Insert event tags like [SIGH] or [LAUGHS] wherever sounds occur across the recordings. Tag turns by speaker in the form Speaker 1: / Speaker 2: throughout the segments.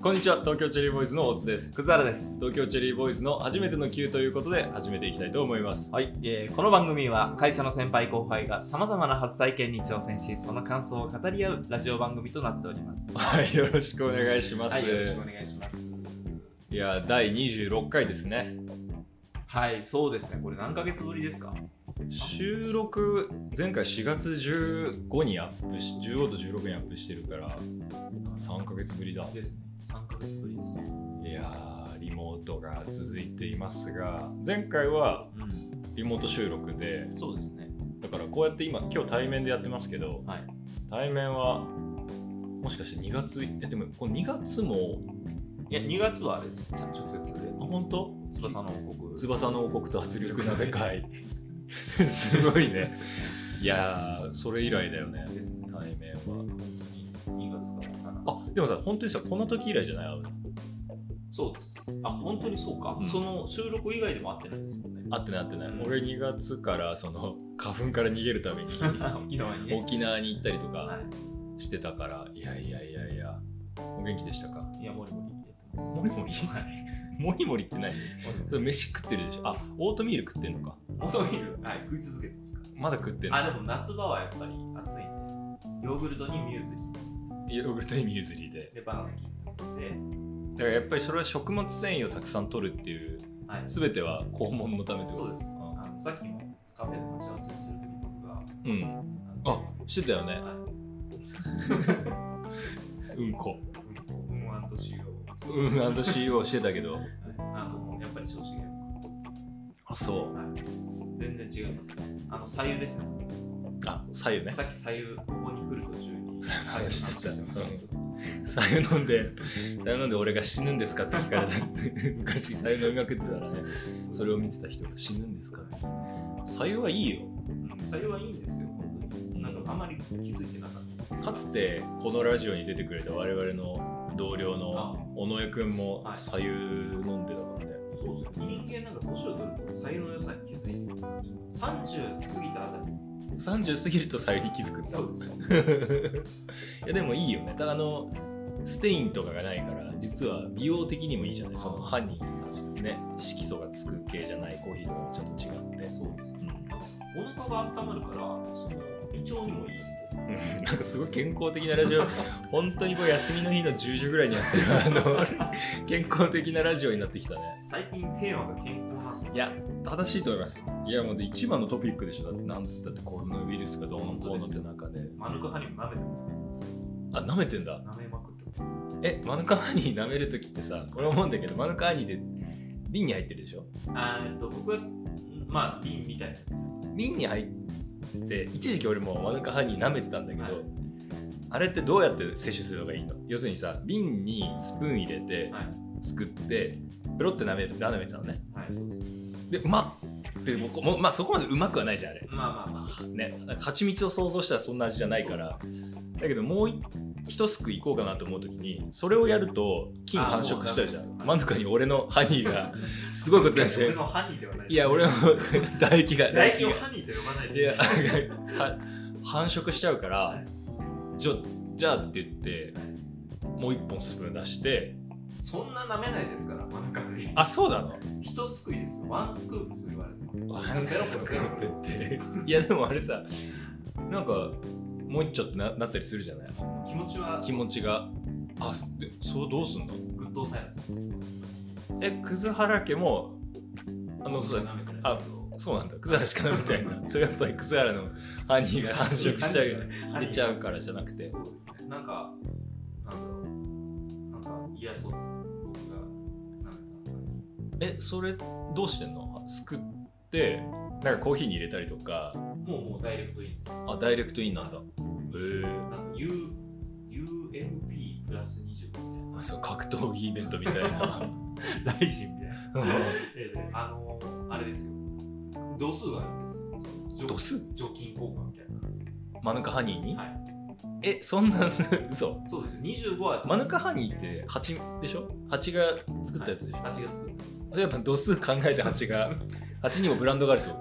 Speaker 1: こんにちは東京チェリーボーイズの大津です
Speaker 2: くずはらです。
Speaker 1: 東京チェリーボーイズの初めての Q ということで始めていきたいと思います
Speaker 2: はい、えーこの番組は会社の先輩後輩がさまざまな初体験に挑戦し、その感想を語り合うラジオ番組となっております。
Speaker 1: はいよろしくお願いします、
Speaker 2: はい、よろしくお
Speaker 1: い、
Speaker 2: 願いします。
Speaker 1: や第26回ですね
Speaker 2: はい、そうですね。これ何ヶ月ぶりですか
Speaker 1: 収録前回4月15にアップし15と16にアップしてるから3ヶ月ぶりだ
Speaker 2: ですね。3ヶ月ぶりです。う
Speaker 1: いやーリモートが続いていますが前回は
Speaker 2: ん。
Speaker 1: リモート収録で
Speaker 2: そうですね。
Speaker 1: だからこうやって今今日対面でやってますけど
Speaker 2: はい。
Speaker 1: 対面はもしかして2月えでもこの2月も
Speaker 2: いや、2月はあれです。直接で。
Speaker 1: あ本当
Speaker 2: 翼の王国。
Speaker 1: 翼の王国と圧力鍋会 [LAUGHS] すごいねいやーそれ以来だよね
Speaker 2: ですね。
Speaker 1: 対面は
Speaker 2: 2月から7
Speaker 1: あでもさ本当にさこの時以来じゃない会うの
Speaker 2: そうです。あ、本当にそうか。
Speaker 1: うん
Speaker 2: その収録以外でも会ってないですもんね。
Speaker 1: 会ってない会ってない、
Speaker 2: うん
Speaker 1: 俺2月からその花粉から逃げるために
Speaker 2: [LAUGHS]
Speaker 1: [LAUGHS]
Speaker 2: 沖縄にね。
Speaker 1: 沖縄に行ったりと
Speaker 2: は
Speaker 1: かしてたから、い、やいやいやいやお元気でしたか
Speaker 2: い。いや、もりもりやってます。
Speaker 1: モリモリモリモリって何それ飯食ってるでしょあオートミール食ってんのか
Speaker 2: オートミール、はい、食い続けてますか
Speaker 1: まだ食ってんの
Speaker 2: ら。あ、でも夏場はやっぱり暑いんで、ヨーグルトにミューズリーです。
Speaker 1: ヨーグルトにミューズリーで
Speaker 2: で、バナナ切ってまして、
Speaker 1: だからやっぱりそれは食物繊維をたくさん取るっていう
Speaker 2: はい、
Speaker 1: 全ては肛門のためってこと
Speaker 2: そうです。あのさっきもカフェで待ち合わせするとき僕が、
Speaker 1: うん
Speaker 2: あ
Speaker 1: あしてたよね
Speaker 2: の、はい、
Speaker 1: うんこ
Speaker 2: うん、うん、としよう。
Speaker 1: うん
Speaker 2: はい
Speaker 1: &CO してたけ
Speaker 2: [LAUGHS]
Speaker 1: ど
Speaker 2: あの、やっぱり調子が良
Speaker 1: あそう
Speaker 2: く、はい、全然違いますね。あの、左右ですね。
Speaker 1: あ左右ね
Speaker 2: さっき左右、ここに来る途中に、
Speaker 1: 左右の
Speaker 2: 左右の話
Speaker 1: 話してた
Speaker 2: してました。
Speaker 1: 左右飲んで左右飲んで俺が死ぬんですかって聞かれたって [LAUGHS] 昔左右飲みまくってたらねそれを見てた人が死ぬんですかって左右はいいよ
Speaker 2: うん左右はいいんですよ、本当に。なんか、あまり気づいてなかった。
Speaker 1: かつてこのラジオに出てくれた我々の同僚の尾上くんも
Speaker 2: はい
Speaker 1: 左右飲んでたからね
Speaker 2: そうそう人間なんか年を取ると才能の良さに気づいてくる感じ30過ぎたあたり
Speaker 1: 30過ぎると左右に気づくんだ
Speaker 2: そうですよ
Speaker 1: いやでもいいよねだからあのステインとかがないから実は美容的にもいいじゃないその歯にね色素がつく系じゃないコーヒーとかもちょっと違って
Speaker 2: そうですねお腹が温まるからその胃腸にもいいみたいな
Speaker 1: うんなんかすごい健康的なラジ [LAUGHS] オ本当にこう休みの日の10時ぐらいにやってるあの健康的なラジオになってきたね
Speaker 2: 最近テーマが健康なんですよ
Speaker 1: いや正しいと思いますいやもうで一番のトピックでしょだってなんつったってコロナウイルスがどうのこうのって中で
Speaker 2: マヌカハニも舐めてますね最近
Speaker 1: あ舐めてんだ
Speaker 2: 舐めまくってます
Speaker 1: えマヌカハニー舐める時ってさこれ思うんだけどマヌカハニーで瓶に入ってるでしょ
Speaker 2: あーえっと僕はうんまあ瓶みたいなやつ
Speaker 1: 瓶に入ってて一時期俺もマヌカハニー舐めてたんだけど、
Speaker 2: はい
Speaker 1: あれってどうやって摂取するのがいいの要するにさ瓶にスプーン入れて、
Speaker 2: はい
Speaker 1: すくってペロって舐める舐めてたのね
Speaker 2: はいそうです
Speaker 1: でうまっってもうもうまあそこまでうまくはないじゃんあれ
Speaker 2: まあまあまあ
Speaker 1: ねなんか蜂蜜を想像したらそんな味じゃないからだけどもうい一すくいこうかなと思う時にそれをやると菌繁殖しちゃうじゃ
Speaker 2: あもうんなんですよ
Speaker 1: マヌカに俺のハニー
Speaker 2: [LAUGHS]
Speaker 1: がすごいことになっちゃ
Speaker 2: 僕
Speaker 1: う
Speaker 2: のハニーではないです
Speaker 1: いや
Speaker 2: [LAUGHS]
Speaker 1: 俺の唾液が
Speaker 2: 唾液をハニーと呼ば [LAUGHS] ない
Speaker 1: い
Speaker 2: で
Speaker 1: や
Speaker 2: ください
Speaker 1: は繁殖しちゃうから、
Speaker 2: はい
Speaker 1: じゃじゃあって言ってもう一本スプーン出して
Speaker 2: そんな舐めないですからマヌカハニ
Speaker 1: あそうなの
Speaker 2: 一すくいですよワンスクープと言われてます
Speaker 1: ワンスクープっていやでもあれさなんかもう一丁ってななったりするじゃない
Speaker 2: 気持ちは
Speaker 1: 気持ちがあすでそうどうすんの
Speaker 2: グッと抑えるんですよ。
Speaker 1: え葛原家もあの
Speaker 2: そ
Speaker 1: そうう
Speaker 2: 舐めて
Speaker 1: あそうなんだ葛原しかなみた
Speaker 2: [LAUGHS]
Speaker 1: いなそれやっぱり葛原のハニーが繁殖しちゃう
Speaker 2: う
Speaker 1: 入れちゃうからじゃなくて
Speaker 2: そうですね。なんか、なんだろう。なんか嫌そうですね。僕が舐めたのに。
Speaker 1: えそれどうしてんのすくってなんかコーヒーに入れたりとか
Speaker 2: もうもうダイレクトいいんですよ。
Speaker 1: あダイレクトインなんだへ
Speaker 2: なん
Speaker 1: え
Speaker 2: か U UMP プラス20みたい
Speaker 1: そう格闘技イベントみたい [LAUGHS] な
Speaker 2: な。大臣みたいな。であの、あれですよ。度数があるんですよ。その除
Speaker 1: ドス
Speaker 2: 除菌効果みたい
Speaker 1: マヌカハニーに、
Speaker 2: な。はい。
Speaker 1: えそんなす嘘
Speaker 2: そうですよ。25は
Speaker 1: マヌカハニーって蜂でしょ蜂が作ったやつでしょ、
Speaker 2: はい蜂が作ったやつ
Speaker 1: それやっぱ度数考えて蜂 [LAUGHS] が蜂にもブランドがあるってこと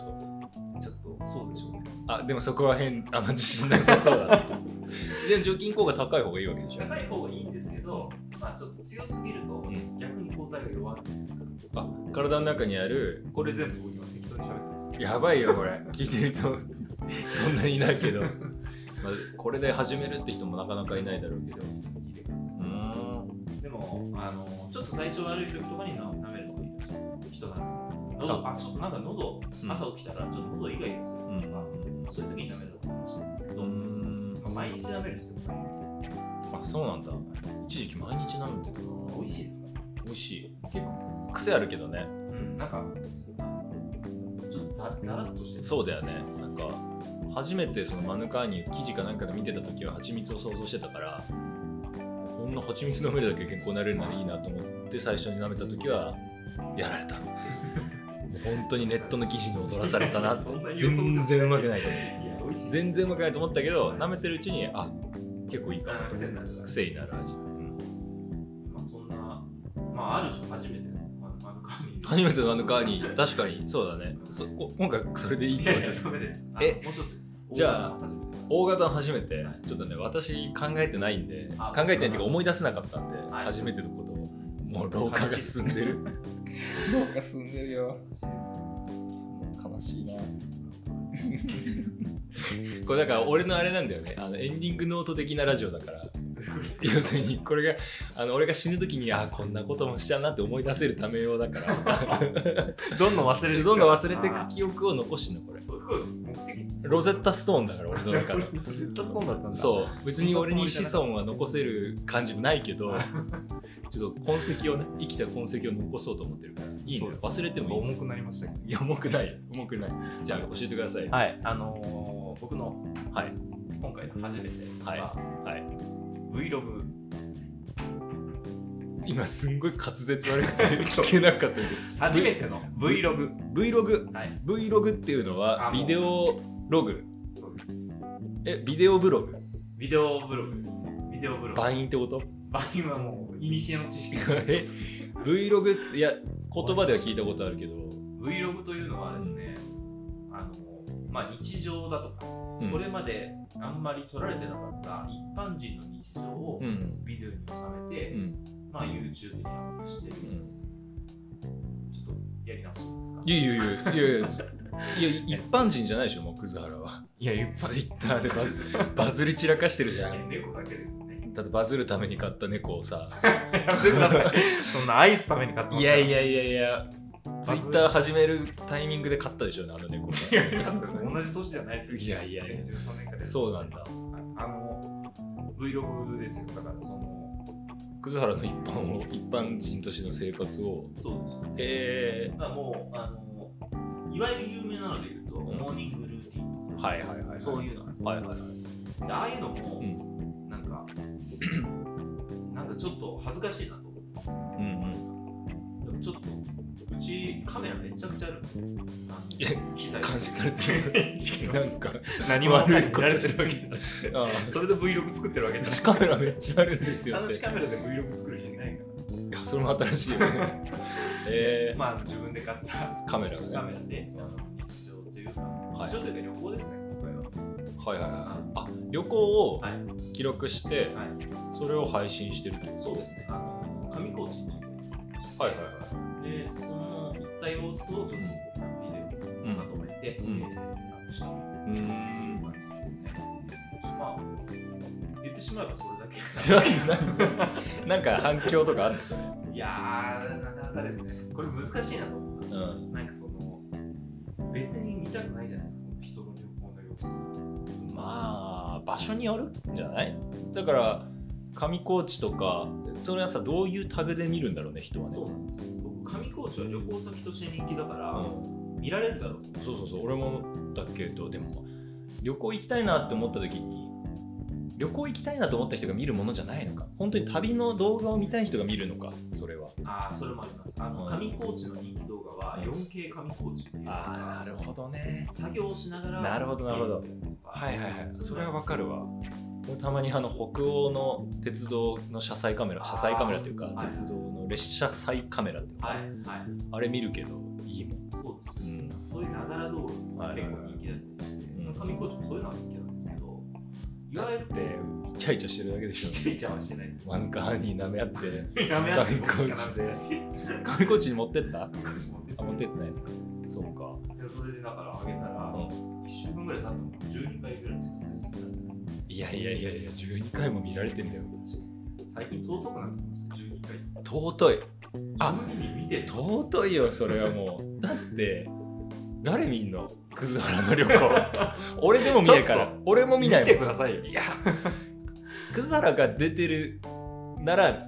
Speaker 2: ちょっとそうでしょうね。
Speaker 1: あでもそこら辺あん [LAUGHS] ま自信なさそうだなで除菌効果高い方がいいわけでしょ
Speaker 2: 高い方がいいんですけど、まあ、ちょっと強すぎると
Speaker 1: ん
Speaker 2: 逆に抗体が弱くなる
Speaker 1: あ体の中にある
Speaker 2: これ全部僕今適当に喋ってますけど
Speaker 1: やばいよこれ聞いてるとそんなにいない [LAUGHS] けど、まあ、これで始めるって人もなかなかいないだろうけど
Speaker 2: 聞いてください
Speaker 1: うん
Speaker 2: でもあのちょっと体調悪い時とかにな舐めるのがいいらしいです人なの喉あちょっとなんか喉
Speaker 1: うん
Speaker 2: 朝起きたらちょっと喉以外でする
Speaker 1: うん
Speaker 2: とか、そういう時に舐めるのがいいらしいんですけど、
Speaker 1: うん
Speaker 2: まあ毎日舐める必要ない
Speaker 1: あそうなんだ一時期毎日飲むってたな
Speaker 2: 美味しいですか、
Speaker 1: 美味しい結構癖あるけどね
Speaker 2: うん、なんかちょっとザザラッとしてる
Speaker 1: そうだよねなんか初めてそのマヌカーニュ記事かなんかで見てた時は蜂蜜を想像してたからこんな蜂蜜飲めるだけ健康になれるならいいなと思って最初に舐めた時はやられたもう本当にネットの記事に踊らされたな
Speaker 2: [LAUGHS] そんなに
Speaker 1: 全然うまくないと思う
Speaker 2: いや美味しいです
Speaker 1: 全然うまくないと思ったけど舐めてるうちにあ結構いいか
Speaker 2: あ
Speaker 1: なと
Speaker 2: 癖になる
Speaker 1: 癖になる味、うん
Speaker 2: まあそんなまあある種初めてのあのマヌカーニ
Speaker 1: 初めてのマヌカーニ確かにそうだねそこ今回それでいいって
Speaker 2: [LAUGHS] いや
Speaker 1: こと
Speaker 2: いや
Speaker 1: です
Speaker 2: それです
Speaker 1: え
Speaker 2: あもうちょっと
Speaker 1: じゃあ
Speaker 2: 初めて
Speaker 1: [LAUGHS] 大型の初めて
Speaker 2: はい
Speaker 1: ちょっとね私考えてないんで
Speaker 2: あ
Speaker 1: 考えてないっていうか思い出せなかったんで
Speaker 2: はい
Speaker 1: 初めてのことを
Speaker 2: うん
Speaker 1: もう老化が進んでる老化進んでるよ
Speaker 2: 悲しいです
Speaker 1: 悲しいな [LAUGHS] これだから俺のあれなんだよねあのエンディングノート的なラジオだから
Speaker 2: けど
Speaker 1: 要するにこれがあの俺が死ぬ時にあこんなこともしたなって思い出せるためようだから
Speaker 2: どんどん忘れて
Speaker 1: どんどん忘れて
Speaker 2: あ
Speaker 1: く記憶を残してんのこ
Speaker 2: ー
Speaker 1: れ
Speaker 2: そうこれ目的
Speaker 1: ロゼッタストーンだから俺の中の
Speaker 2: ロゼッタストーンだったんだ
Speaker 1: そう別に俺に子孫は残せる感じもないけど [LAUGHS] ちょっと痕跡をね生きた痕跡を残そうと思ってるからいい
Speaker 2: そ
Speaker 1: ね
Speaker 2: うです
Speaker 1: 忘れてもいい
Speaker 2: ちょっと重くなりましたけど
Speaker 1: いや重くないよ重くないじゃあ教えてください
Speaker 2: はいあのー僕の
Speaker 1: はい
Speaker 2: 今回の初めて
Speaker 1: はい
Speaker 2: まあ
Speaker 1: はい
Speaker 2: Vlog ですね
Speaker 1: 今すんごい滑舌悪くて [LAUGHS] 聞けなかったけど
Speaker 2: 初めての Vlog
Speaker 1: Vlog
Speaker 2: はい
Speaker 1: Vlog っていうのは
Speaker 2: あもう
Speaker 1: ビデオログ
Speaker 2: そうです
Speaker 1: えビデオブログ
Speaker 2: ビデオブログですビデオブログ
Speaker 1: バインってこと
Speaker 2: バインはもう古の知識
Speaker 1: [LAUGHS] え Vlog っていや言葉では聞いたことあるけど、
Speaker 2: Vlog というのはですね、あのまあ、日常だとか、
Speaker 1: うん
Speaker 2: これまであんまり撮られてなかった一般人の日常を
Speaker 1: うん
Speaker 2: ビデオに収め
Speaker 1: う
Speaker 2: て、
Speaker 1: ん
Speaker 2: まあ、YouTube にアップして、
Speaker 1: うん
Speaker 2: ちょっとやり直していいですか
Speaker 1: いやいやいやいやいやいや一般人じゃないでしょもう葛原は
Speaker 2: いや、いっ
Speaker 1: ツイッターでバズバズり散らかしてるじゃん
Speaker 2: 猫だけでね。
Speaker 1: だってバズるために買った猫をさ
Speaker 2: やめてください。そんな愛すために買ってますから。
Speaker 1: やいやいやツイッター始めるタイミングで買ったでしょうねあの猫
Speaker 2: 違いますよね。同じ年じゃないですよ
Speaker 1: いやいやいや
Speaker 2: 2013年から
Speaker 1: そうなんだ
Speaker 2: ああの、Vlog ですよ。だから、その、
Speaker 1: 葛原の一般を一般人としての生活を
Speaker 2: そうです
Speaker 1: え
Speaker 2: まあ、もうあのいわゆる有名なので言うと、
Speaker 1: ん
Speaker 2: モーニングルーティンとか、
Speaker 1: はいはいはいはい
Speaker 2: そういうのが
Speaker 1: は
Speaker 2: あ
Speaker 1: い
Speaker 2: りま
Speaker 1: は
Speaker 2: す
Speaker 1: いはい
Speaker 2: でああいうのも、
Speaker 1: う
Speaker 2: なんか [CLEARS THROAT] なんかちょっと恥ずかしいなと思ってます
Speaker 1: うん
Speaker 2: けどでもちょっとうちカメラめちゃくちゃあるんですよ
Speaker 1: いや
Speaker 2: あの機材
Speaker 1: 監視されてる
Speaker 2: 違いま
Speaker 1: な
Speaker 2: す
Speaker 1: んか
Speaker 2: 何も
Speaker 1: 悪
Speaker 2: 悪
Speaker 1: い
Speaker 2: い
Speaker 1: こ
Speaker 2: ことと
Speaker 1: し
Speaker 2: や
Speaker 1: て
Speaker 2: れてるわけじゃない
Speaker 1: あ
Speaker 2: [LAUGHS] それで Vlog 作ってるわけじゃ
Speaker 1: あ
Speaker 2: ない
Speaker 1: カメラめっちゃあるんですよっ
Speaker 2: 監視
Speaker 1: て
Speaker 2: カメラで Vlog 作る人いないから
Speaker 1: いやそれも新しいよねえ
Speaker 2: まあ自分で買った
Speaker 1: ー、カメラがね
Speaker 2: カメラであの日常というか
Speaker 1: い
Speaker 2: 日常というか旅行ですね今回は
Speaker 1: はいはいはい。あ、旅行を
Speaker 2: はい
Speaker 1: 記録して、
Speaker 2: はい
Speaker 1: それを配信してるってこと
Speaker 2: そうですね、あの上高地に
Speaker 1: はいはいはい。
Speaker 2: いで、その行った様子をちょっとビデ
Speaker 1: う
Speaker 2: オにまとめて、
Speaker 1: うん
Speaker 2: えーアップしたとい
Speaker 1: ー。
Speaker 2: うん感じですね。まあ、言ってしまえばそれだけ。 [LAUGHS]
Speaker 1: なんか反響とかあるんですよね。
Speaker 2: いやー、なかなかですね、これ難しいなと思ったんですよ。なんかその、別に見たくないじゃないですか、その人の旅行の様子。
Speaker 1: まあ、場所によるんじゃないだから、上高地とか、それはさ、どういうタグで見るんだろうね、人はね。
Speaker 2: そうなんですよ。僕、上高地は旅行先として人気だから、見られるだろうと思って
Speaker 1: そうそうそう、俺もだけど、でも、旅行行きたいなって思った時に、旅行行きたいなと思った人が見るものじゃないのか。本当に旅の動画を見たい人が見るのか、それは。
Speaker 2: ああ、それもあります。あの、
Speaker 1: うん
Speaker 2: 上高地の人気動画は 4K 上高地っていうのが
Speaker 1: ああなるほどね
Speaker 2: 作業をしながら。
Speaker 1: なるほどなるほど
Speaker 2: 見るとか
Speaker 1: はいはいはいそれはわかるわ
Speaker 2: そう
Speaker 1: 俺たまにあの北欧の鉄道の車載カメラ
Speaker 2: あー
Speaker 1: 車載カメラというか
Speaker 2: はい
Speaker 1: 鉄道の列車載カメラっていうの
Speaker 2: はいはい。
Speaker 1: あれ見るけどいいもん、
Speaker 2: そうですよ
Speaker 1: う
Speaker 2: ね。
Speaker 1: ん、
Speaker 2: そういうながら道路も
Speaker 1: はい
Speaker 2: 結
Speaker 1: はい
Speaker 2: 構
Speaker 1: はい
Speaker 2: 人気だったりして、
Speaker 1: うん
Speaker 2: 上高地もそういうのは人気なんですけど、い
Speaker 1: だ
Speaker 2: わゆ
Speaker 1: っ
Speaker 2: る
Speaker 1: てイチャイチャしてるだけでしょ
Speaker 2: ちゃいちゃはしてないですよ。
Speaker 1: マヌカハニー舐め合って
Speaker 2: [LAUGHS] やめあって僕しかなくて。し
Speaker 1: 観光地に持ってった
Speaker 2: こっち持って
Speaker 1: あ持ってってないのかそうか
Speaker 2: でそれでだからあげたら、
Speaker 1: うん
Speaker 2: 1週間ぐらい経っても12回ぐらいしか再生されてない
Speaker 1: いやいやいやいや12回も見られてんだよ
Speaker 2: 最近尊くなってきました、12回。
Speaker 1: 尊いあ
Speaker 2: 12人見てと
Speaker 1: 尊いよそれはも
Speaker 2: [LAUGHS]
Speaker 1: うだって誰見んの葛原の旅行俺でも見ないか
Speaker 2: ち
Speaker 1: ら
Speaker 2: ょっ
Speaker 1: 俺も見ないもん
Speaker 2: てくださいよ。
Speaker 1: いや葛原が出てるなら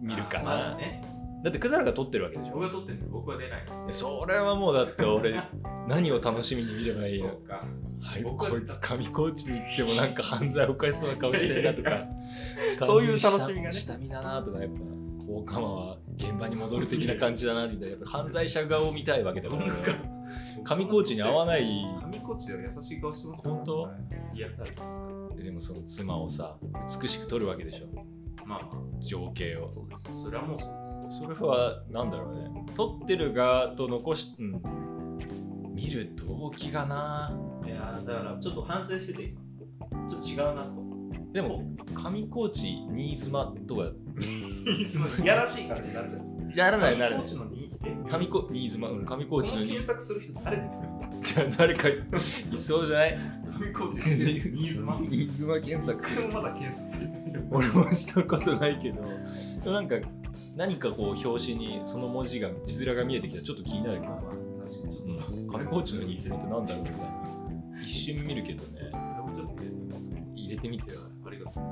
Speaker 1: 見るかな、
Speaker 2: まだね。
Speaker 1: だって葛原が撮ってるわけでし
Speaker 2: 僕
Speaker 1: ょ
Speaker 2: が撮ってるの僕は出ない。
Speaker 1: それはもうだって
Speaker 2: [LAUGHS]
Speaker 1: 俺何を楽しみに見ればいい
Speaker 2: そ
Speaker 1: の
Speaker 2: うか。
Speaker 1: はい、
Speaker 2: 僕は
Speaker 1: こいつ上高地に行ってもなんか犯罪を犯しそうな顔してるなと
Speaker 2: [LAUGHS] いやい
Speaker 1: か
Speaker 2: そういう楽しみがね
Speaker 1: 下見だなとかやっぱ大釜は現場に戻る的な感じだなみたいなやっぱ犯罪者顔を見たいわけでも
Speaker 2: [LAUGHS]
Speaker 1: なく上高地に合わ
Speaker 2: ない。
Speaker 1: ない
Speaker 2: 上高地は優しい顔してます
Speaker 1: 本当
Speaker 2: はい癒されてますか
Speaker 1: でもその妻をさ美しく撮るわけでしょ
Speaker 2: ら。まあま
Speaker 1: 情景を
Speaker 2: あ、そうです。それはもうそうです。
Speaker 1: それはなんだろうね撮ってる側と残し、うん、見る動機がない
Speaker 2: やーだからちょっと反省してて今ちょっと違うな
Speaker 1: [LAUGHS]
Speaker 2: と。
Speaker 1: でも上高地新妻とか
Speaker 2: すごいいやらしい感じになるじゃないですか。
Speaker 1: やらないな
Speaker 2: 上
Speaker 1: らな
Speaker 2: 高
Speaker 1: い
Speaker 2: 地のに
Speaker 1: 上高新妻うん上高地
Speaker 2: そ
Speaker 1: の新妻
Speaker 2: の検索する人誰ですか
Speaker 1: じゃあ誰かいそうじゃない
Speaker 2: 上高
Speaker 1: [LAUGHS]
Speaker 2: 地です新妻。
Speaker 1: 新妻検索す
Speaker 2: 僕
Speaker 1: る
Speaker 2: もまだ検索され
Speaker 1: [LAUGHS]
Speaker 2: てる。
Speaker 1: 俺もしたことないけどでもなんか何かこう表紙にその文字が字面が見えてきたらちょっと気になるけど
Speaker 2: まあまあ確かにちょっと。
Speaker 1: うん上高地の新妻ってなんだろうみたいな一瞬見るけどね
Speaker 2: ちょっと入れてみますけど。
Speaker 1: 入れてみてよ
Speaker 2: ありがとうござい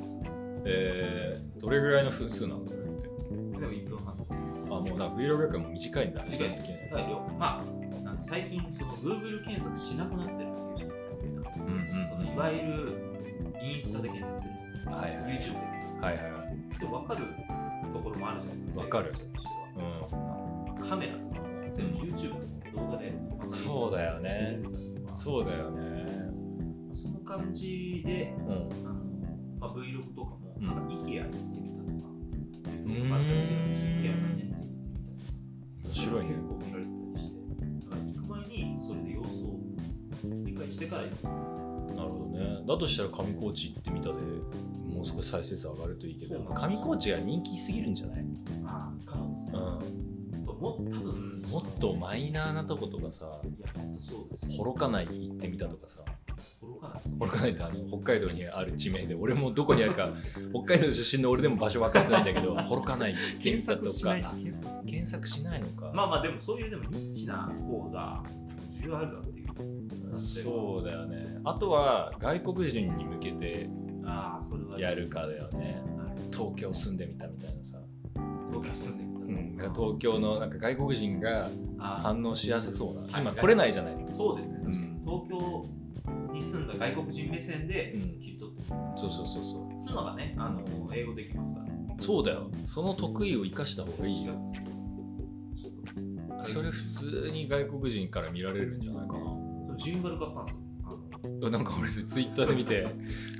Speaker 2: ます。いい
Speaker 1: えー、どれぐらいの分数なのそれって
Speaker 2: でも1分半です。
Speaker 1: あもうだ Vlog がもう短いんだ
Speaker 2: 短いですね。大量。まあ、なんか最近、その Google 検索しなくなってるっていうじゃないですか。みんな
Speaker 1: うんうん
Speaker 2: そのいわゆるインスタで検索するのか、
Speaker 1: はいはい
Speaker 2: YouTube で検索するのか、
Speaker 1: はいはいはい
Speaker 2: で分かるところもあるじゃないですか。
Speaker 1: わかる
Speaker 2: 生活者としては
Speaker 1: うん
Speaker 2: カメラとかも全部 YouTube の動画で分かりやすく
Speaker 1: そうだよね
Speaker 2: 作ってるとか
Speaker 1: そうだよね
Speaker 2: その感じで、
Speaker 1: うん
Speaker 2: あのまあ、Vlog とかも、
Speaker 1: うん
Speaker 2: なんか IKEA 行ってみたとか、
Speaker 1: うーん
Speaker 2: あったりするんですよ。IKEA 何々行ってみたとか
Speaker 1: 面白いね
Speaker 2: 結構見られたりして、だから行く前にそれで様子を理解してから行く。
Speaker 1: なるほどね。だとしたら上高地行ってみたでもう少し再生数上がるといいけど、
Speaker 2: そうなんです
Speaker 1: 上高地が人気すぎるんじゃない、うん、
Speaker 2: ああ、可能ですね。
Speaker 1: も
Speaker 2: そう、も多分
Speaker 1: っとマイナーなとことかさ、
Speaker 2: いや、本当そうですよ。
Speaker 1: 幌加内行ってみたとかさ、
Speaker 2: ほろかな。
Speaker 1: 幌加内ってあの北海道にある地名で、俺もどこにある [LAUGHS] か、北海道出身の俺でも場所分かってないんだけど、幌加内行ってみたとか、あ
Speaker 2: 検索
Speaker 1: 検索しないのか。
Speaker 2: まあまあ、でもそういうでもニッチな方が多分需要あるだっていう。
Speaker 1: そうだよね。あとは外国人に向けて
Speaker 2: う。ああ、それはありま
Speaker 1: や
Speaker 2: す
Speaker 1: るかだよね。
Speaker 2: はい
Speaker 1: 東京住んでみたみたいなさ。
Speaker 2: 東京住んで
Speaker 1: う
Speaker 2: み
Speaker 1: ん、
Speaker 2: た
Speaker 1: 東京のなんか外国人が
Speaker 2: あ
Speaker 1: 反応しやすそうな、
Speaker 2: はい
Speaker 1: 今来れないじゃない、
Speaker 2: あそうですね、確かに、
Speaker 1: うん
Speaker 2: 東京に住んだ外国人目線で
Speaker 1: うん
Speaker 2: 切り取ってる、
Speaker 1: そうそうそうそう
Speaker 2: 妻がねあの、英語できますから、
Speaker 1: そうだよその得意を生かした方がいい
Speaker 2: ち
Speaker 1: よ
Speaker 2: ょっと
Speaker 1: それ普通に外国人から見られるんじゃないかな
Speaker 2: そのジンバル買ったんですよ。あの
Speaker 1: なんか俺それツイッターで見 [LAUGHS] て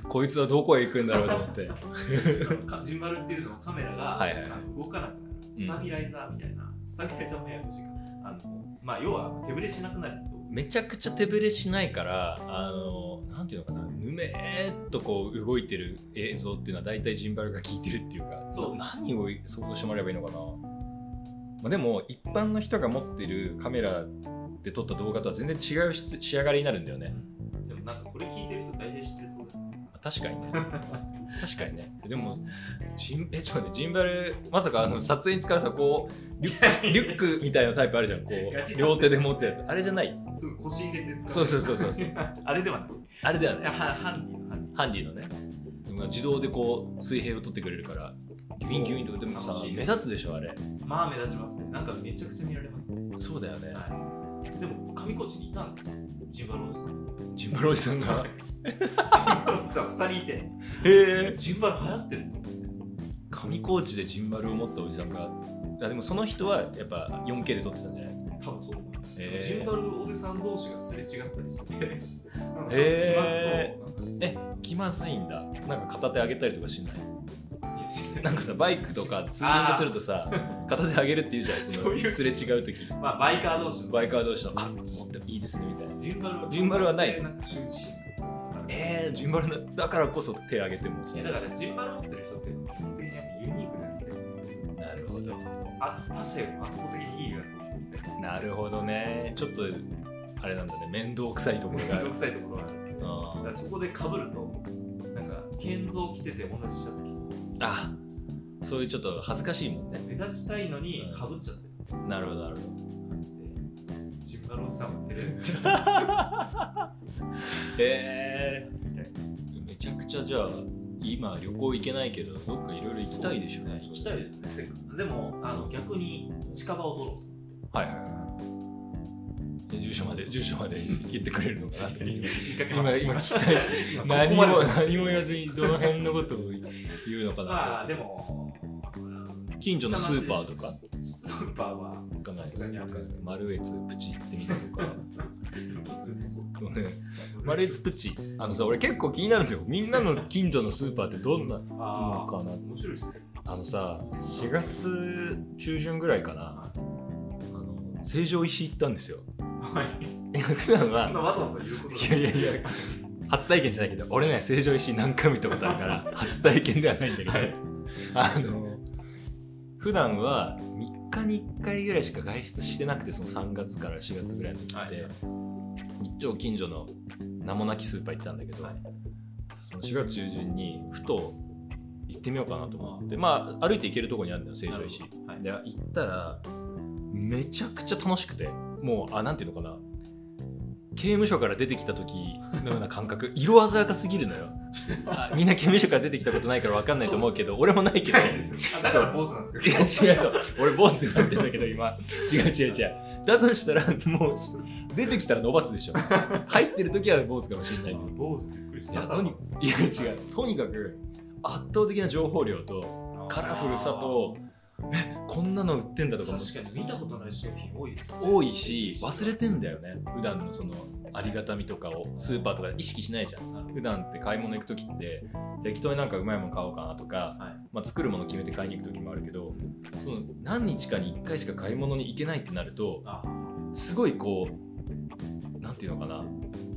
Speaker 1: こいつはどこへ行くんだろうと思って
Speaker 2: かジンバルっていうのはカメラが
Speaker 1: はいはいはい
Speaker 2: あの動かなくなる、スタビライザーみたいな、スタビライザーもややこしいかあの、まあ、要は手ぶれしなくなると。
Speaker 1: めちゃくちゃ手ぶれしないからあのなんていうのかなぬめーっとこう動いてる映像っていうのは大体ジンバルが効いてるっていうか
Speaker 2: そう
Speaker 1: な何を想像してもらえばいいのかな、まあ、でも一般の人が持ってるカメラで撮った動画とは全然違う質仕上がりになるんだよね
Speaker 2: でもなんかこれ聞いてる人大体知ってそうですね。
Speaker 1: 確かに
Speaker 2: [LAUGHS]
Speaker 1: ね確かにねでもジンえちょっと待ってジンバルまさかあの撮影に使うさこうリュッリュックみたいなタイプあるじゃんこ
Speaker 2: ガチ撮
Speaker 1: う両
Speaker 2: 影
Speaker 1: 手で持つやつあれじゃない
Speaker 2: すぐ腰入れて使
Speaker 1: そうそうそうそうそう
Speaker 2: [LAUGHS] あれではない。
Speaker 1: あれだよ
Speaker 2: いや
Speaker 1: ね
Speaker 2: ハハンディのハンデ
Speaker 1: ハンディのね自動でこう水平を取ってくれるからギュインギュインとでもさ
Speaker 2: 楽しい
Speaker 1: 目立つでしょあれ
Speaker 2: ィ。まあ目立ちますね。なんかめちゃくちゃ見られますね。
Speaker 1: そうだよね
Speaker 2: はい、でも上高地にいたんですよ。ジンバルおじさん。
Speaker 1: ジンバルおじさん [LAUGHS] が
Speaker 2: ジンバルおじさん2人いて、
Speaker 1: へえ
Speaker 2: ジンバル流行ってると。
Speaker 1: 上高地でジンバルを持ったおじさんがあでもその人はやっぱ 4K で撮ってたんじゃない
Speaker 2: 多分そう思う。
Speaker 1: えー
Speaker 2: ジンバルおじさん同士がすれ違ったりして、なんかちょっと気まずそう
Speaker 1: え
Speaker 2: な感じ
Speaker 1: え気まずいんだなんか片手上げたりとかしない
Speaker 2: いやし
Speaker 1: なんかさバイクとかツーリングするとさ片手上げるっていうじゃん [LAUGHS] そ
Speaker 2: そう
Speaker 1: の
Speaker 2: いう
Speaker 1: すれ違う時
Speaker 2: まあ、バイカー同士の
Speaker 1: バイカー同士の「あ持ってもいいですね」みたいな
Speaker 2: ジンバル
Speaker 1: ジンバルはない
Speaker 2: なんか羞恥心
Speaker 1: ええジンバルなだからこそ手挙げてもさ
Speaker 2: いやだからジンバル持ってる人って基本的にやっぱユニークな店
Speaker 1: なるほど
Speaker 2: あ他社よりも圧倒的にいいやつを持ってきたり
Speaker 1: なるほどねちょっとあれなんだね面倒くさいところがある
Speaker 2: 面 [LAUGHS] 倒くさいところがあるだからそこで被るとなんか建造着てて同じシャツ着てる
Speaker 1: ああそういうちょっと恥ずかしいもん
Speaker 2: じゃあ目立ちたいのに被っちゃってる
Speaker 1: なるほどなるほど
Speaker 2: でジンバルおじさんも照れる
Speaker 1: へえ
Speaker 2: みたいな
Speaker 1: めちゃくちゃじゃあ今旅行行けないけどどっかいろいろ行きたいでしょうね
Speaker 2: 行きたいですねせっかくでもあの逆に近場を取ろう
Speaker 1: はいはいはいで住所まで住所ま
Speaker 2: [LAUGHS]
Speaker 1: で言ってくれるのかなと思って
Speaker 2: 引っ掛けま
Speaker 1: 今
Speaker 2: した
Speaker 1: 今聞きたいし
Speaker 2: 今ここ
Speaker 1: 何
Speaker 2: まで
Speaker 1: も
Speaker 2: 来ました
Speaker 1: 何も言わずにどの辺のことを言うのか
Speaker 2: まあ
Speaker 1: な
Speaker 2: でも
Speaker 1: 近所のスーパーとか
Speaker 2: スーパーは
Speaker 1: 行かな
Speaker 2: さ
Speaker 1: い
Speaker 2: すがにあるんですよ
Speaker 1: 丸越プチ行ってみたと
Speaker 2: [LAUGHS]
Speaker 1: か
Speaker 2: ちょっと嘘そうです
Speaker 1: 丸越プチあのさ俺結構気になるんですよみんなの近所のスーパーってどんな
Speaker 2: あ
Speaker 1: かな
Speaker 2: あ面白いですね
Speaker 1: あのさ4月中旬ぐらいかなあの成城石井行ったんです
Speaker 2: [LAUGHS]
Speaker 1: よ
Speaker 2: はい
Speaker 1: 普段
Speaker 2: [LAUGHS] そんな
Speaker 1: は
Speaker 2: わざわざ言うこと
Speaker 1: いやいやいや初体験じゃないけど俺ね成城石井何回も行ったことあるから初体験ではないんだけど、
Speaker 2: はい
Speaker 1: あの普段は3日に1回ぐらいしか外出してなくてその3月から4月ぐらいの時って、
Speaker 2: はい
Speaker 1: 一丁近所の名もなきスーパー行ってたんだけど、
Speaker 2: はい
Speaker 1: その4月中旬にふと行ってみようかなと思ってまあ歩いて行けるとこにあるのよ成
Speaker 2: な
Speaker 1: 城
Speaker 2: る
Speaker 1: 石井
Speaker 2: ほどはい
Speaker 1: で行ったらめちゃくちゃ楽しくてもうあなんていうのかな刑務所から出てきた時のような感
Speaker 2: [LAUGHS]
Speaker 1: 覚色鮮やかすぎるのよあみんな刑務所から出てきたことないから分かんないと思うけど俺もないけど
Speaker 2: ないですよあだから坊主なんです
Speaker 1: い
Speaker 2: け
Speaker 1: や
Speaker 2: ど
Speaker 1: 違うそう俺坊主になってんだけど今違う違う違うだとしたらもう出てきたら伸ばすでしょ入ってる時は坊主かもしれないけど
Speaker 2: 坊主びっくりし
Speaker 1: い
Speaker 2: た
Speaker 1: やとにいや違うとにかく圧倒的な情報量とカラフルさとえこんなの売ってんだとかも
Speaker 2: 確かに見たことない商品多いですね
Speaker 1: 多いし忘れてんだよね普段のそのありがたみとかをスーパーとかで意識しないじゃん
Speaker 2: なるほ
Speaker 1: 普段って買い物行く時って適当になんかうまいもの買おうかなとか、
Speaker 2: どはい
Speaker 1: まあ、作るもの決めて買いに行く時もあるけどその何日かに1回しか買い物に行けないってなると
Speaker 2: あ
Speaker 1: すごいこうなんていうのかな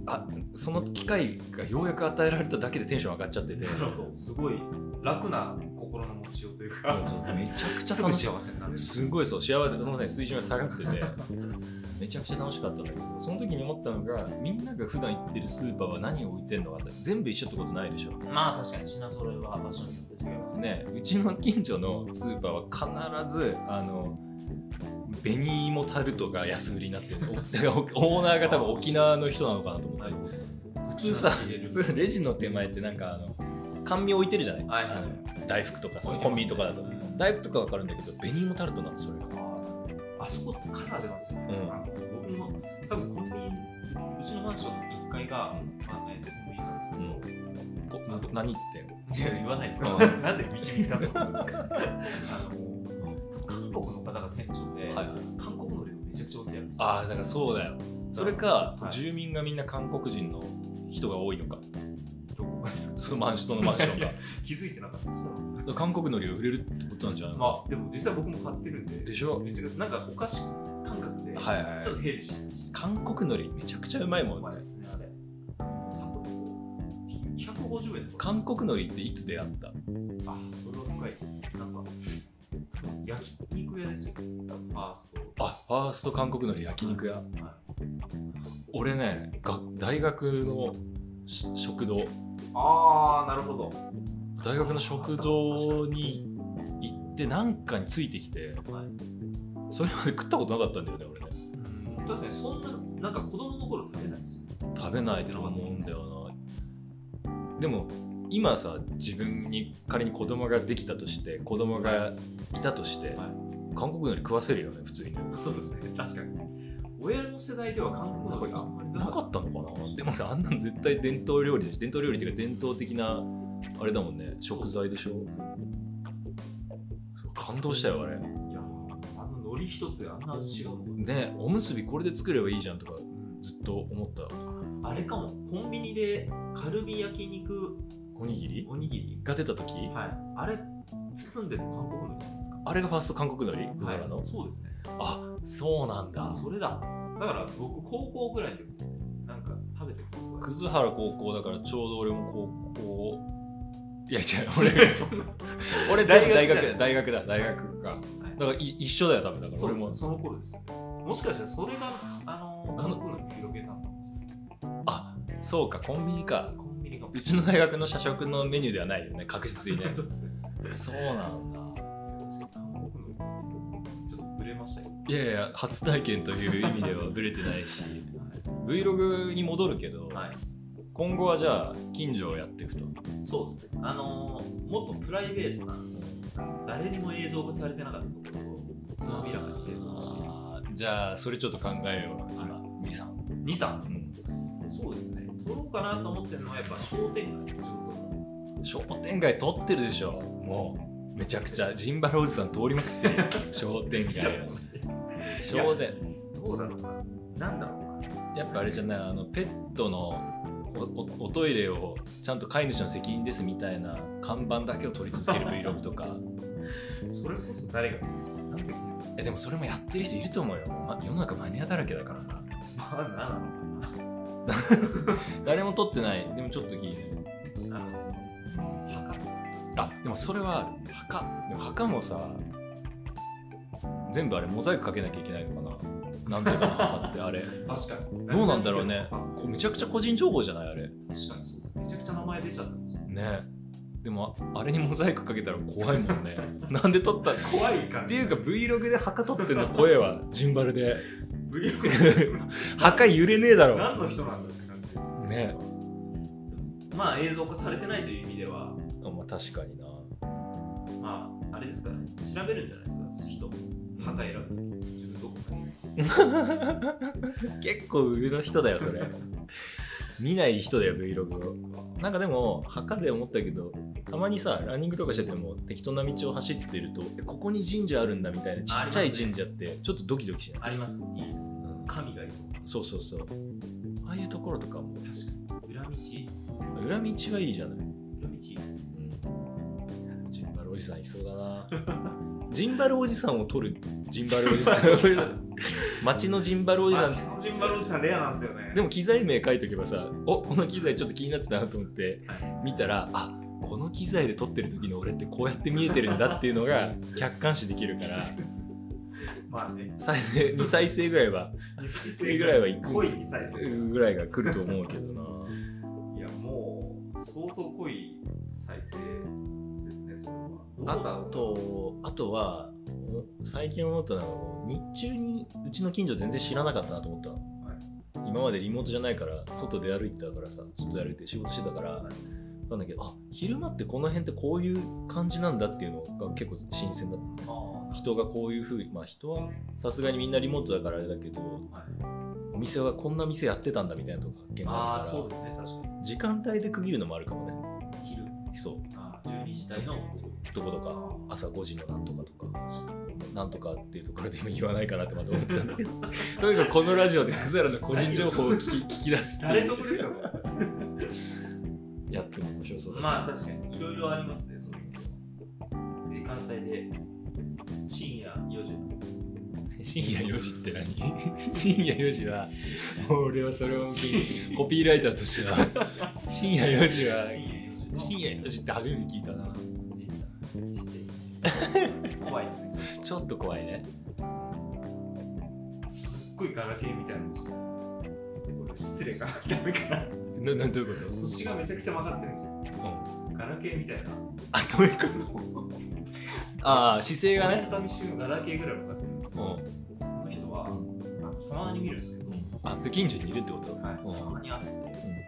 Speaker 1: あその機会がようやく与えられただけでテンション上がっちゃっ
Speaker 2: [LAUGHS]
Speaker 1: てて
Speaker 2: なるほどすごい楽な心の持ちようというか
Speaker 1: めちゃくちゃ
Speaker 2: すぐ
Speaker 1: 楽しい
Speaker 2: 幸せになる
Speaker 1: すごいそう幸せのね水準が下がっててめちゃくちゃ楽しかったんだけどその時に思ったのがみんなが普段行ってるスーパーは何を置いてんのかって全部一緒ってことないでしょ
Speaker 2: まあ確かに品揃えは場所によって違いますね
Speaker 1: ねうちの近所のスーパーは必ずあの紅芋タルトが安売りになってるおだからおオーナーが多分沖縄の人なのかなと思って普通さ普通レジの手前ってなんかあの甘味置いてるじゃない、
Speaker 2: はいはいはい
Speaker 1: あの大福とかさ
Speaker 2: 置いてますね
Speaker 1: コンビニとかだと大福とかわかるんだけど紅芋タルトなのそれが
Speaker 2: ああそこってカラー出ますよね、
Speaker 1: うん
Speaker 2: あの僕も多分コンビニうちのマンションの1階が、まあね、コンビニなんですけど、
Speaker 1: うんこな何言ってんの
Speaker 2: いや言わないですか
Speaker 1: う
Speaker 2: なんで導き出そうとするんですかあの多分韓国の方が店長で、
Speaker 1: はいはい
Speaker 2: 韓国の料理めちゃくちゃ置いてあるんですよ
Speaker 1: ああだからそうだよそれか、
Speaker 2: はい
Speaker 1: 住民がみんな韓国人の人が多いのか
Speaker 2: どこがですか
Speaker 1: そのマンションのマンションがだか
Speaker 2: [LAUGHS] 気づいてなかったそうなんですよ
Speaker 1: ら [LAUGHS] 韓国のりを売れるってことなんじゃないの、
Speaker 2: まあでも実際僕も買ってるんで
Speaker 1: でしょ
Speaker 2: 別になんかお菓子感覚で、
Speaker 1: はいはいはい
Speaker 2: ちょっとヘルシーだし
Speaker 1: 韓国のりめちゃくちゃうまいも
Speaker 2: うま
Speaker 1: ん
Speaker 2: いで
Speaker 1: ね
Speaker 2: すねあれ三角250円とか
Speaker 1: 韓国のりっていつ出会った
Speaker 2: あそれは深いなんか焼肉屋ですよファースト
Speaker 1: あファースト韓国のり焼肉屋
Speaker 2: は
Speaker 1: 俺ねが大学のし食堂
Speaker 2: いああなるほど
Speaker 1: 大学の食堂に行ってなんかについてきて
Speaker 2: はい
Speaker 1: それまで食ったことなかったんだよね俺ね
Speaker 2: 確かにそんななんか子供の頃食べないですよ
Speaker 1: 食べないと思うんだよなでも今さ自分に仮に子供ができたとして子供がいたとして、
Speaker 2: は
Speaker 1: 韓国のり食わせるよね普通にね
Speaker 2: そうですね確かに親の世代では韓国の料理があんまり
Speaker 1: なかったのかなでもさあんなん絶対伝統料理でし伝統料理っていうか伝統的なあれだもんね食材でしょ感動したよあれ
Speaker 2: いやあの海苔一つであんな味違うのか
Speaker 1: ねおむすびこれで作ればいいじゃんとかずっと思った
Speaker 2: あれかもコンビニでカルビ焼肉
Speaker 1: おにぎり
Speaker 2: おにぎり
Speaker 1: が出た時、
Speaker 2: はいあれ包んでるの韓国のりじゃないですか
Speaker 1: あれがファースト韓国のりだからの、
Speaker 2: そうですね
Speaker 1: あそうなんだ
Speaker 2: それだだから僕高校ぐらいの時ですねなんか食べてる
Speaker 1: 葛原高校だからちょうど俺も高校いや違う
Speaker 2: [LAUGHS]
Speaker 1: 俺
Speaker 2: そ
Speaker 1: [LAUGHS]
Speaker 2: んな
Speaker 1: 俺でも
Speaker 2: 大
Speaker 1: 大
Speaker 2: 学
Speaker 1: 学
Speaker 2: じゃ
Speaker 1: だ
Speaker 2: ん
Speaker 1: 大学だ大学かだからい一緒だよ多分だから
Speaker 2: そ
Speaker 1: 俺
Speaker 2: う
Speaker 1: も
Speaker 2: その頃ですよもしかしたらそれがあの韓国の広げたのかもしれないですね
Speaker 1: あそうかコンビニか
Speaker 2: コンビニが
Speaker 1: うちの大学の社食のメニューではないよね確実にね
Speaker 2: [LAUGHS] そうですね
Speaker 1: そうなんだ
Speaker 2: 確かに韓国のちょっとブレましたけど
Speaker 1: いやいや初体験という意味ではブレてないし Vlog に戻るけど、
Speaker 2: はい、はい
Speaker 1: 今後はじゃあ近所をやっていくと
Speaker 2: そうですねあのーもっとプライベートな誰にも映像化されてなかったところをつまびらかに出るかもしれない
Speaker 1: あーじゃあそれちょっと考えよう今2さん、
Speaker 2: 2、3
Speaker 1: うん
Speaker 2: そうですね撮ろうかなと思ってるのはやっぱ商店街の地元の
Speaker 1: 商店街撮ってるでしょもうめちゃくちゃジンバルおじさん通りまくってる商店街を商店
Speaker 2: どうだろうななんだろうな
Speaker 1: やっぱあれじゃないあのペットのおおおトイレをちゃんと飼い主の責任ですみたいな看板だけを撮り続ける Vlog とか
Speaker 2: それこそ誰がなんですか何でですか
Speaker 1: えでもそれもやってる人いると思うよ、ま、世の中マニアだらけだからな
Speaker 2: まあななのか
Speaker 1: 誰も撮ってないでもちょっと気になる
Speaker 2: なあの墓とか
Speaker 1: あでもそれはある墓でも墓もさ全部あれモザイクかけなきゃいけないのかななんとかの墓ってあれ
Speaker 2: です確かに
Speaker 1: どうなんだろうね
Speaker 2: あ確
Speaker 1: こうめちゃくちゃ個人情報じゃないあれ
Speaker 2: かにそうですめちゃくちゃ名前出ちゃったんですよ
Speaker 1: ねでもああれにモザイクかけたら怖いもんねなんで撮ったっ
Speaker 2: 怖いから
Speaker 1: ていうか Vlog で墓撮ってんの声はジンバルで
Speaker 2: Vlog
Speaker 1: 墓揺れねえだろ
Speaker 2: 何の人なんだって感じです
Speaker 1: ね
Speaker 2: まあ映像化されてないという意味では
Speaker 1: あまあ確かにな
Speaker 2: まああれですからね調べるんじゃないですか人も墓選ぶ自分どこかに
Speaker 1: 結構上の人だよそれ見ない人だよ Vlog をなんかでも墓で思ったけどたまにさランニングとかしてても適当な道を走ってるとえここに神社あるんだみたいなちっちゃい神社ってちょっとドキドキしない、
Speaker 2: ありますいいですね神がいそう
Speaker 1: そうそうそうああいうところとかも
Speaker 2: 確かに裏道裏道い
Speaker 1: 裏道はいいじゃない、
Speaker 2: いですね
Speaker 1: うん、ジンバルおじさんいそうだ [LAUGHS] なジンバルおじさんを取るジンバルおじさん街のジンバルおじさん
Speaker 2: マジンバルおじさんレアなんですよね
Speaker 1: でも機材名書いとけばさおこの機材ちょっと気になってたなと思って見たらあこの機材で撮ってる時の俺ってこうやって見えてるんだっていうの [LAUGHS] が客観視できるから
Speaker 2: まあね
Speaker 1: 再生2再生ぐらいは
Speaker 2: 2再
Speaker 1: 生ぐらいはいく
Speaker 2: 濃い2再生
Speaker 1: ぐらいが来ると思うけどない
Speaker 2: やもう相当濃い再生ですねそれは
Speaker 1: あ
Speaker 2: どうだろう
Speaker 1: とあとはお最近思ったのはもう日中にうちの近所全然知らなかったなと思ったの、今までリモートじゃないから外で歩いてたからさ外で歩いて仕事してたから、
Speaker 2: はい
Speaker 1: なんだけどあ昼間ってこの辺ってこういう感じなんだっていうのが結構新鮮だった
Speaker 2: あ
Speaker 1: 人がこういうふうにまあ人はさすがにみんなリモートだからあれだけど
Speaker 2: ーはい
Speaker 1: お店はこんな店やってたんだみたいなとこ発見があ
Speaker 2: あ
Speaker 1: る
Speaker 2: ー
Speaker 1: か
Speaker 2: そう
Speaker 1: ら
Speaker 2: ですね確か
Speaker 1: 時間帯で区切るのもあるかもね
Speaker 2: に昼
Speaker 1: そ
Speaker 2: あー12時台の
Speaker 1: うどこと
Speaker 2: あ
Speaker 1: か
Speaker 2: ー
Speaker 1: 朝5時のなんとかとか
Speaker 2: 確かに
Speaker 1: なんとかっていうところで今言わないかなってまた思 [LAUGHS] ってたんだけどとにかくこのラジオでクズラの個人情報を聞き聞き出すってい
Speaker 2: 誰
Speaker 1: う
Speaker 2: 得ですかそれ
Speaker 1: やっても面白そうだね、[LAUGHS]
Speaker 2: [LAUGHS] まあ確かにいろいろありますね、そういうの時間帯で深夜4時
Speaker 1: 深夜4時って何深夜4時はもう俺はそれを [LAUGHS] 見てコピーライターとしては深夜4時は
Speaker 2: 深夜4時の
Speaker 1: 深夜4時って初めて聞いたな
Speaker 2: 神社ちっちゃい神社怖いですね、ちょ
Speaker 1: ちょっと怖いね
Speaker 2: っとすっごいガラケーみたいなのしてるんですよでこれ失礼かな、ダメか
Speaker 1: な
Speaker 2: な
Speaker 1: なんどういうこ
Speaker 2: 腰がめちゃくちゃ曲がってるんですよ
Speaker 1: と、うん、
Speaker 2: ガラケーみたいな
Speaker 1: あそういうことああ姿勢がね、
Speaker 2: 畳式のガラケーぐらい曲がってるんです
Speaker 1: う
Speaker 2: よ、
Speaker 1: ん、
Speaker 2: その人はたまに見るんですけど、
Speaker 1: あで近所にいるってこと、
Speaker 2: はい、
Speaker 1: うん
Speaker 2: たまに会ってて、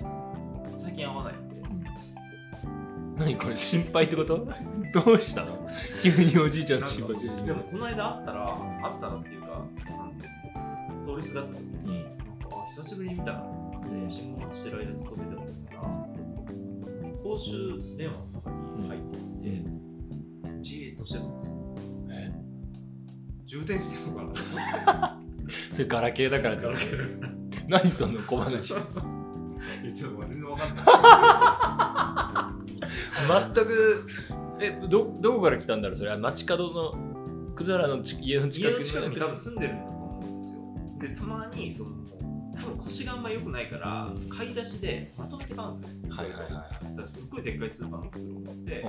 Speaker 2: 最近会わないんで
Speaker 1: うん何これ心配ってことどうしたの急におじいちゃんの心配して
Speaker 2: で
Speaker 1: る
Speaker 2: もこの間会ったら会ったらっていうか、通りすがった時
Speaker 1: うん
Speaker 2: に、なんかあ久しぶりに見たなって信号待ちしてる間ずっと見てたから公衆電話の中に入って
Speaker 1: う
Speaker 2: いて、
Speaker 1: ん
Speaker 2: じーっとしてたんですよ
Speaker 1: え
Speaker 2: 充電してるのかなと思
Speaker 1: それガラケーだからってこ
Speaker 2: って
Speaker 1: と [LAUGHS] 何その小
Speaker 2: [LAUGHS]
Speaker 1: 話
Speaker 2: いやちょっと全然わかんない
Speaker 1: 全くえどどこから来たんだろうそれは街角のくざらのち家の近
Speaker 2: 家
Speaker 1: く
Speaker 2: の近くに多
Speaker 1: の
Speaker 2: 分住んでるんだと思うんですよでたまにその多分分腰があんま良くないから買い出しでまとめて買うんですね
Speaker 1: はいはいはいは
Speaker 2: だからすっごいでっかいスーパーの袋を持って、
Speaker 1: い、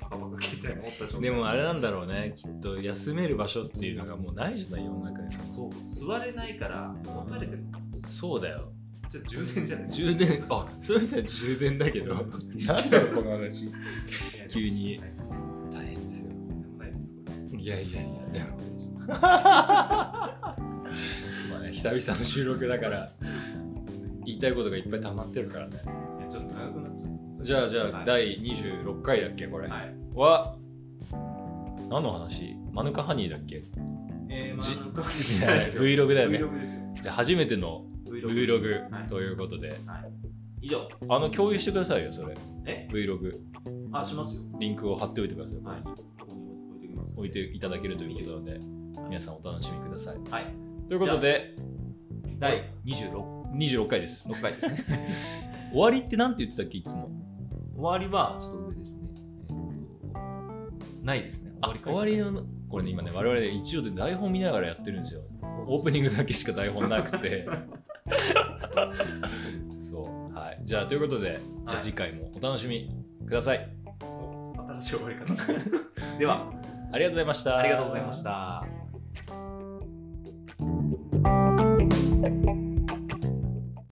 Speaker 2: パカパカ携帯持った
Speaker 1: う
Speaker 2: 状
Speaker 1: ん、
Speaker 2: 態
Speaker 1: でもあれなんだろうねきっと休める場所っていうのがもうないじゃない世の中でさ
Speaker 2: そう座れないから分かれてる
Speaker 1: そうだよ
Speaker 2: じゃあ充電じゃないですか
Speaker 1: 充電あそれでは充電だけ [LAUGHS] どなんだろうこの話
Speaker 2: いや
Speaker 1: 急に
Speaker 2: で
Speaker 1: 大変ですよ
Speaker 2: もないですこれ
Speaker 1: いやいやいやでも
Speaker 2: 失礼しました
Speaker 1: まあね、久々の収録だから言いたいことがいっぱい溜まってるからね
Speaker 2: いやちょっと長くなっちゃった
Speaker 1: じゃあじゃあ、
Speaker 2: はい
Speaker 1: 第26回だっけこれ、
Speaker 2: はい
Speaker 1: は何の話マヌカハニーだっけ
Speaker 2: えー、ま
Speaker 1: じ
Speaker 2: あなんか
Speaker 1: Vlog だよね
Speaker 2: Vlog ですよ
Speaker 1: じゃあ初めての
Speaker 2: Vlog
Speaker 1: Vlog
Speaker 2: はい
Speaker 1: ということで、
Speaker 2: 以上
Speaker 1: あの共有してくださいよそれ
Speaker 2: え
Speaker 1: Vlog
Speaker 2: あしますよ
Speaker 1: リンクを貼っておいてください、
Speaker 2: はいここに置いておきます
Speaker 1: 置いていただけるということなので皆さんお楽しみください
Speaker 2: はい
Speaker 1: ということで
Speaker 2: 第26
Speaker 1: 26回です
Speaker 2: 回ですね
Speaker 1: 終わりって何て言ってたっけいつも
Speaker 2: [LAUGHS] 終わりはちょっと上ですねえーっとないですね
Speaker 1: あ
Speaker 2: 終わり
Speaker 1: 終わりのこれね今ね我々一応で台本見ながらやってるんですよオープニングだけしか台本なく [LAUGHS] てそうはいじゃあということでじゃあ
Speaker 2: はい
Speaker 1: 次回もお楽しみください、
Speaker 2: 新しい終わり方 [LAUGHS] では
Speaker 1: ありがとうございました
Speaker 2: ありがとうございました